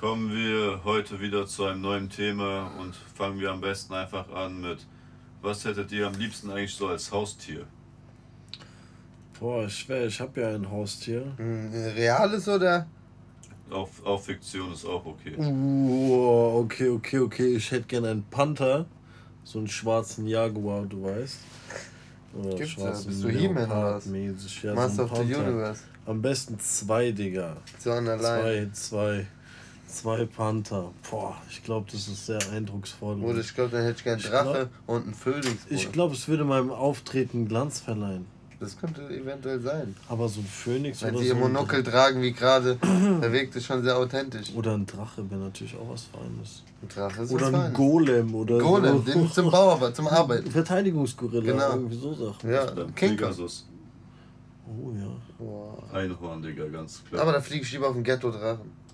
kommen wir heute wieder zu einem neuen Thema und fangen wir am besten einfach an mit, was hättet ihr am liebsten eigentlich so als Haustier? Boah, ich, wär- ich habe ja ein Haustier. Ein Reales Hm, oder? Auch, auch Fiktion ist auch okay. Uh, okay, okay, okay. Ich hätte gern einen Panther. So einen schwarzen Jaguar, du weißt. Oder Gibt's da? Bist du He-Man oder was? Mäßig. Ja, Master so ein of the Panther. Universe. Am besten zwei, Digga. So an der Leine. Zwei, zwei. Zwei Panther. Boah, ich glaube, das ist sehr eindrucksvoll. Bruder, ich glaube, dann hätte ich gern Ich Drache und einen Phönix. Bruder. ich glaube, es würde meinem Auftreten Glanz verleihen. Das könnte eventuell sein. Aber so ein Phönix Wenn oder sie so ihr ein Monokel tragen wie gerade, da wirkt es schon sehr authentisch. Dra- Oder ein Drache wäre natürlich auch was Feines. Ein Drache ist Oder was ein Feines. Golem oder Golem, so. den zum Bauer, zum Arbeiten. Verteidigungsgorilla, Genau. irgendwie so Sachen. Ja, Dann King Kong. Pegasus, Oh ja. Boah. Einhorn, Digga, ganz klar. Aber da fliege ich lieber auf den Ghetto-Drachen.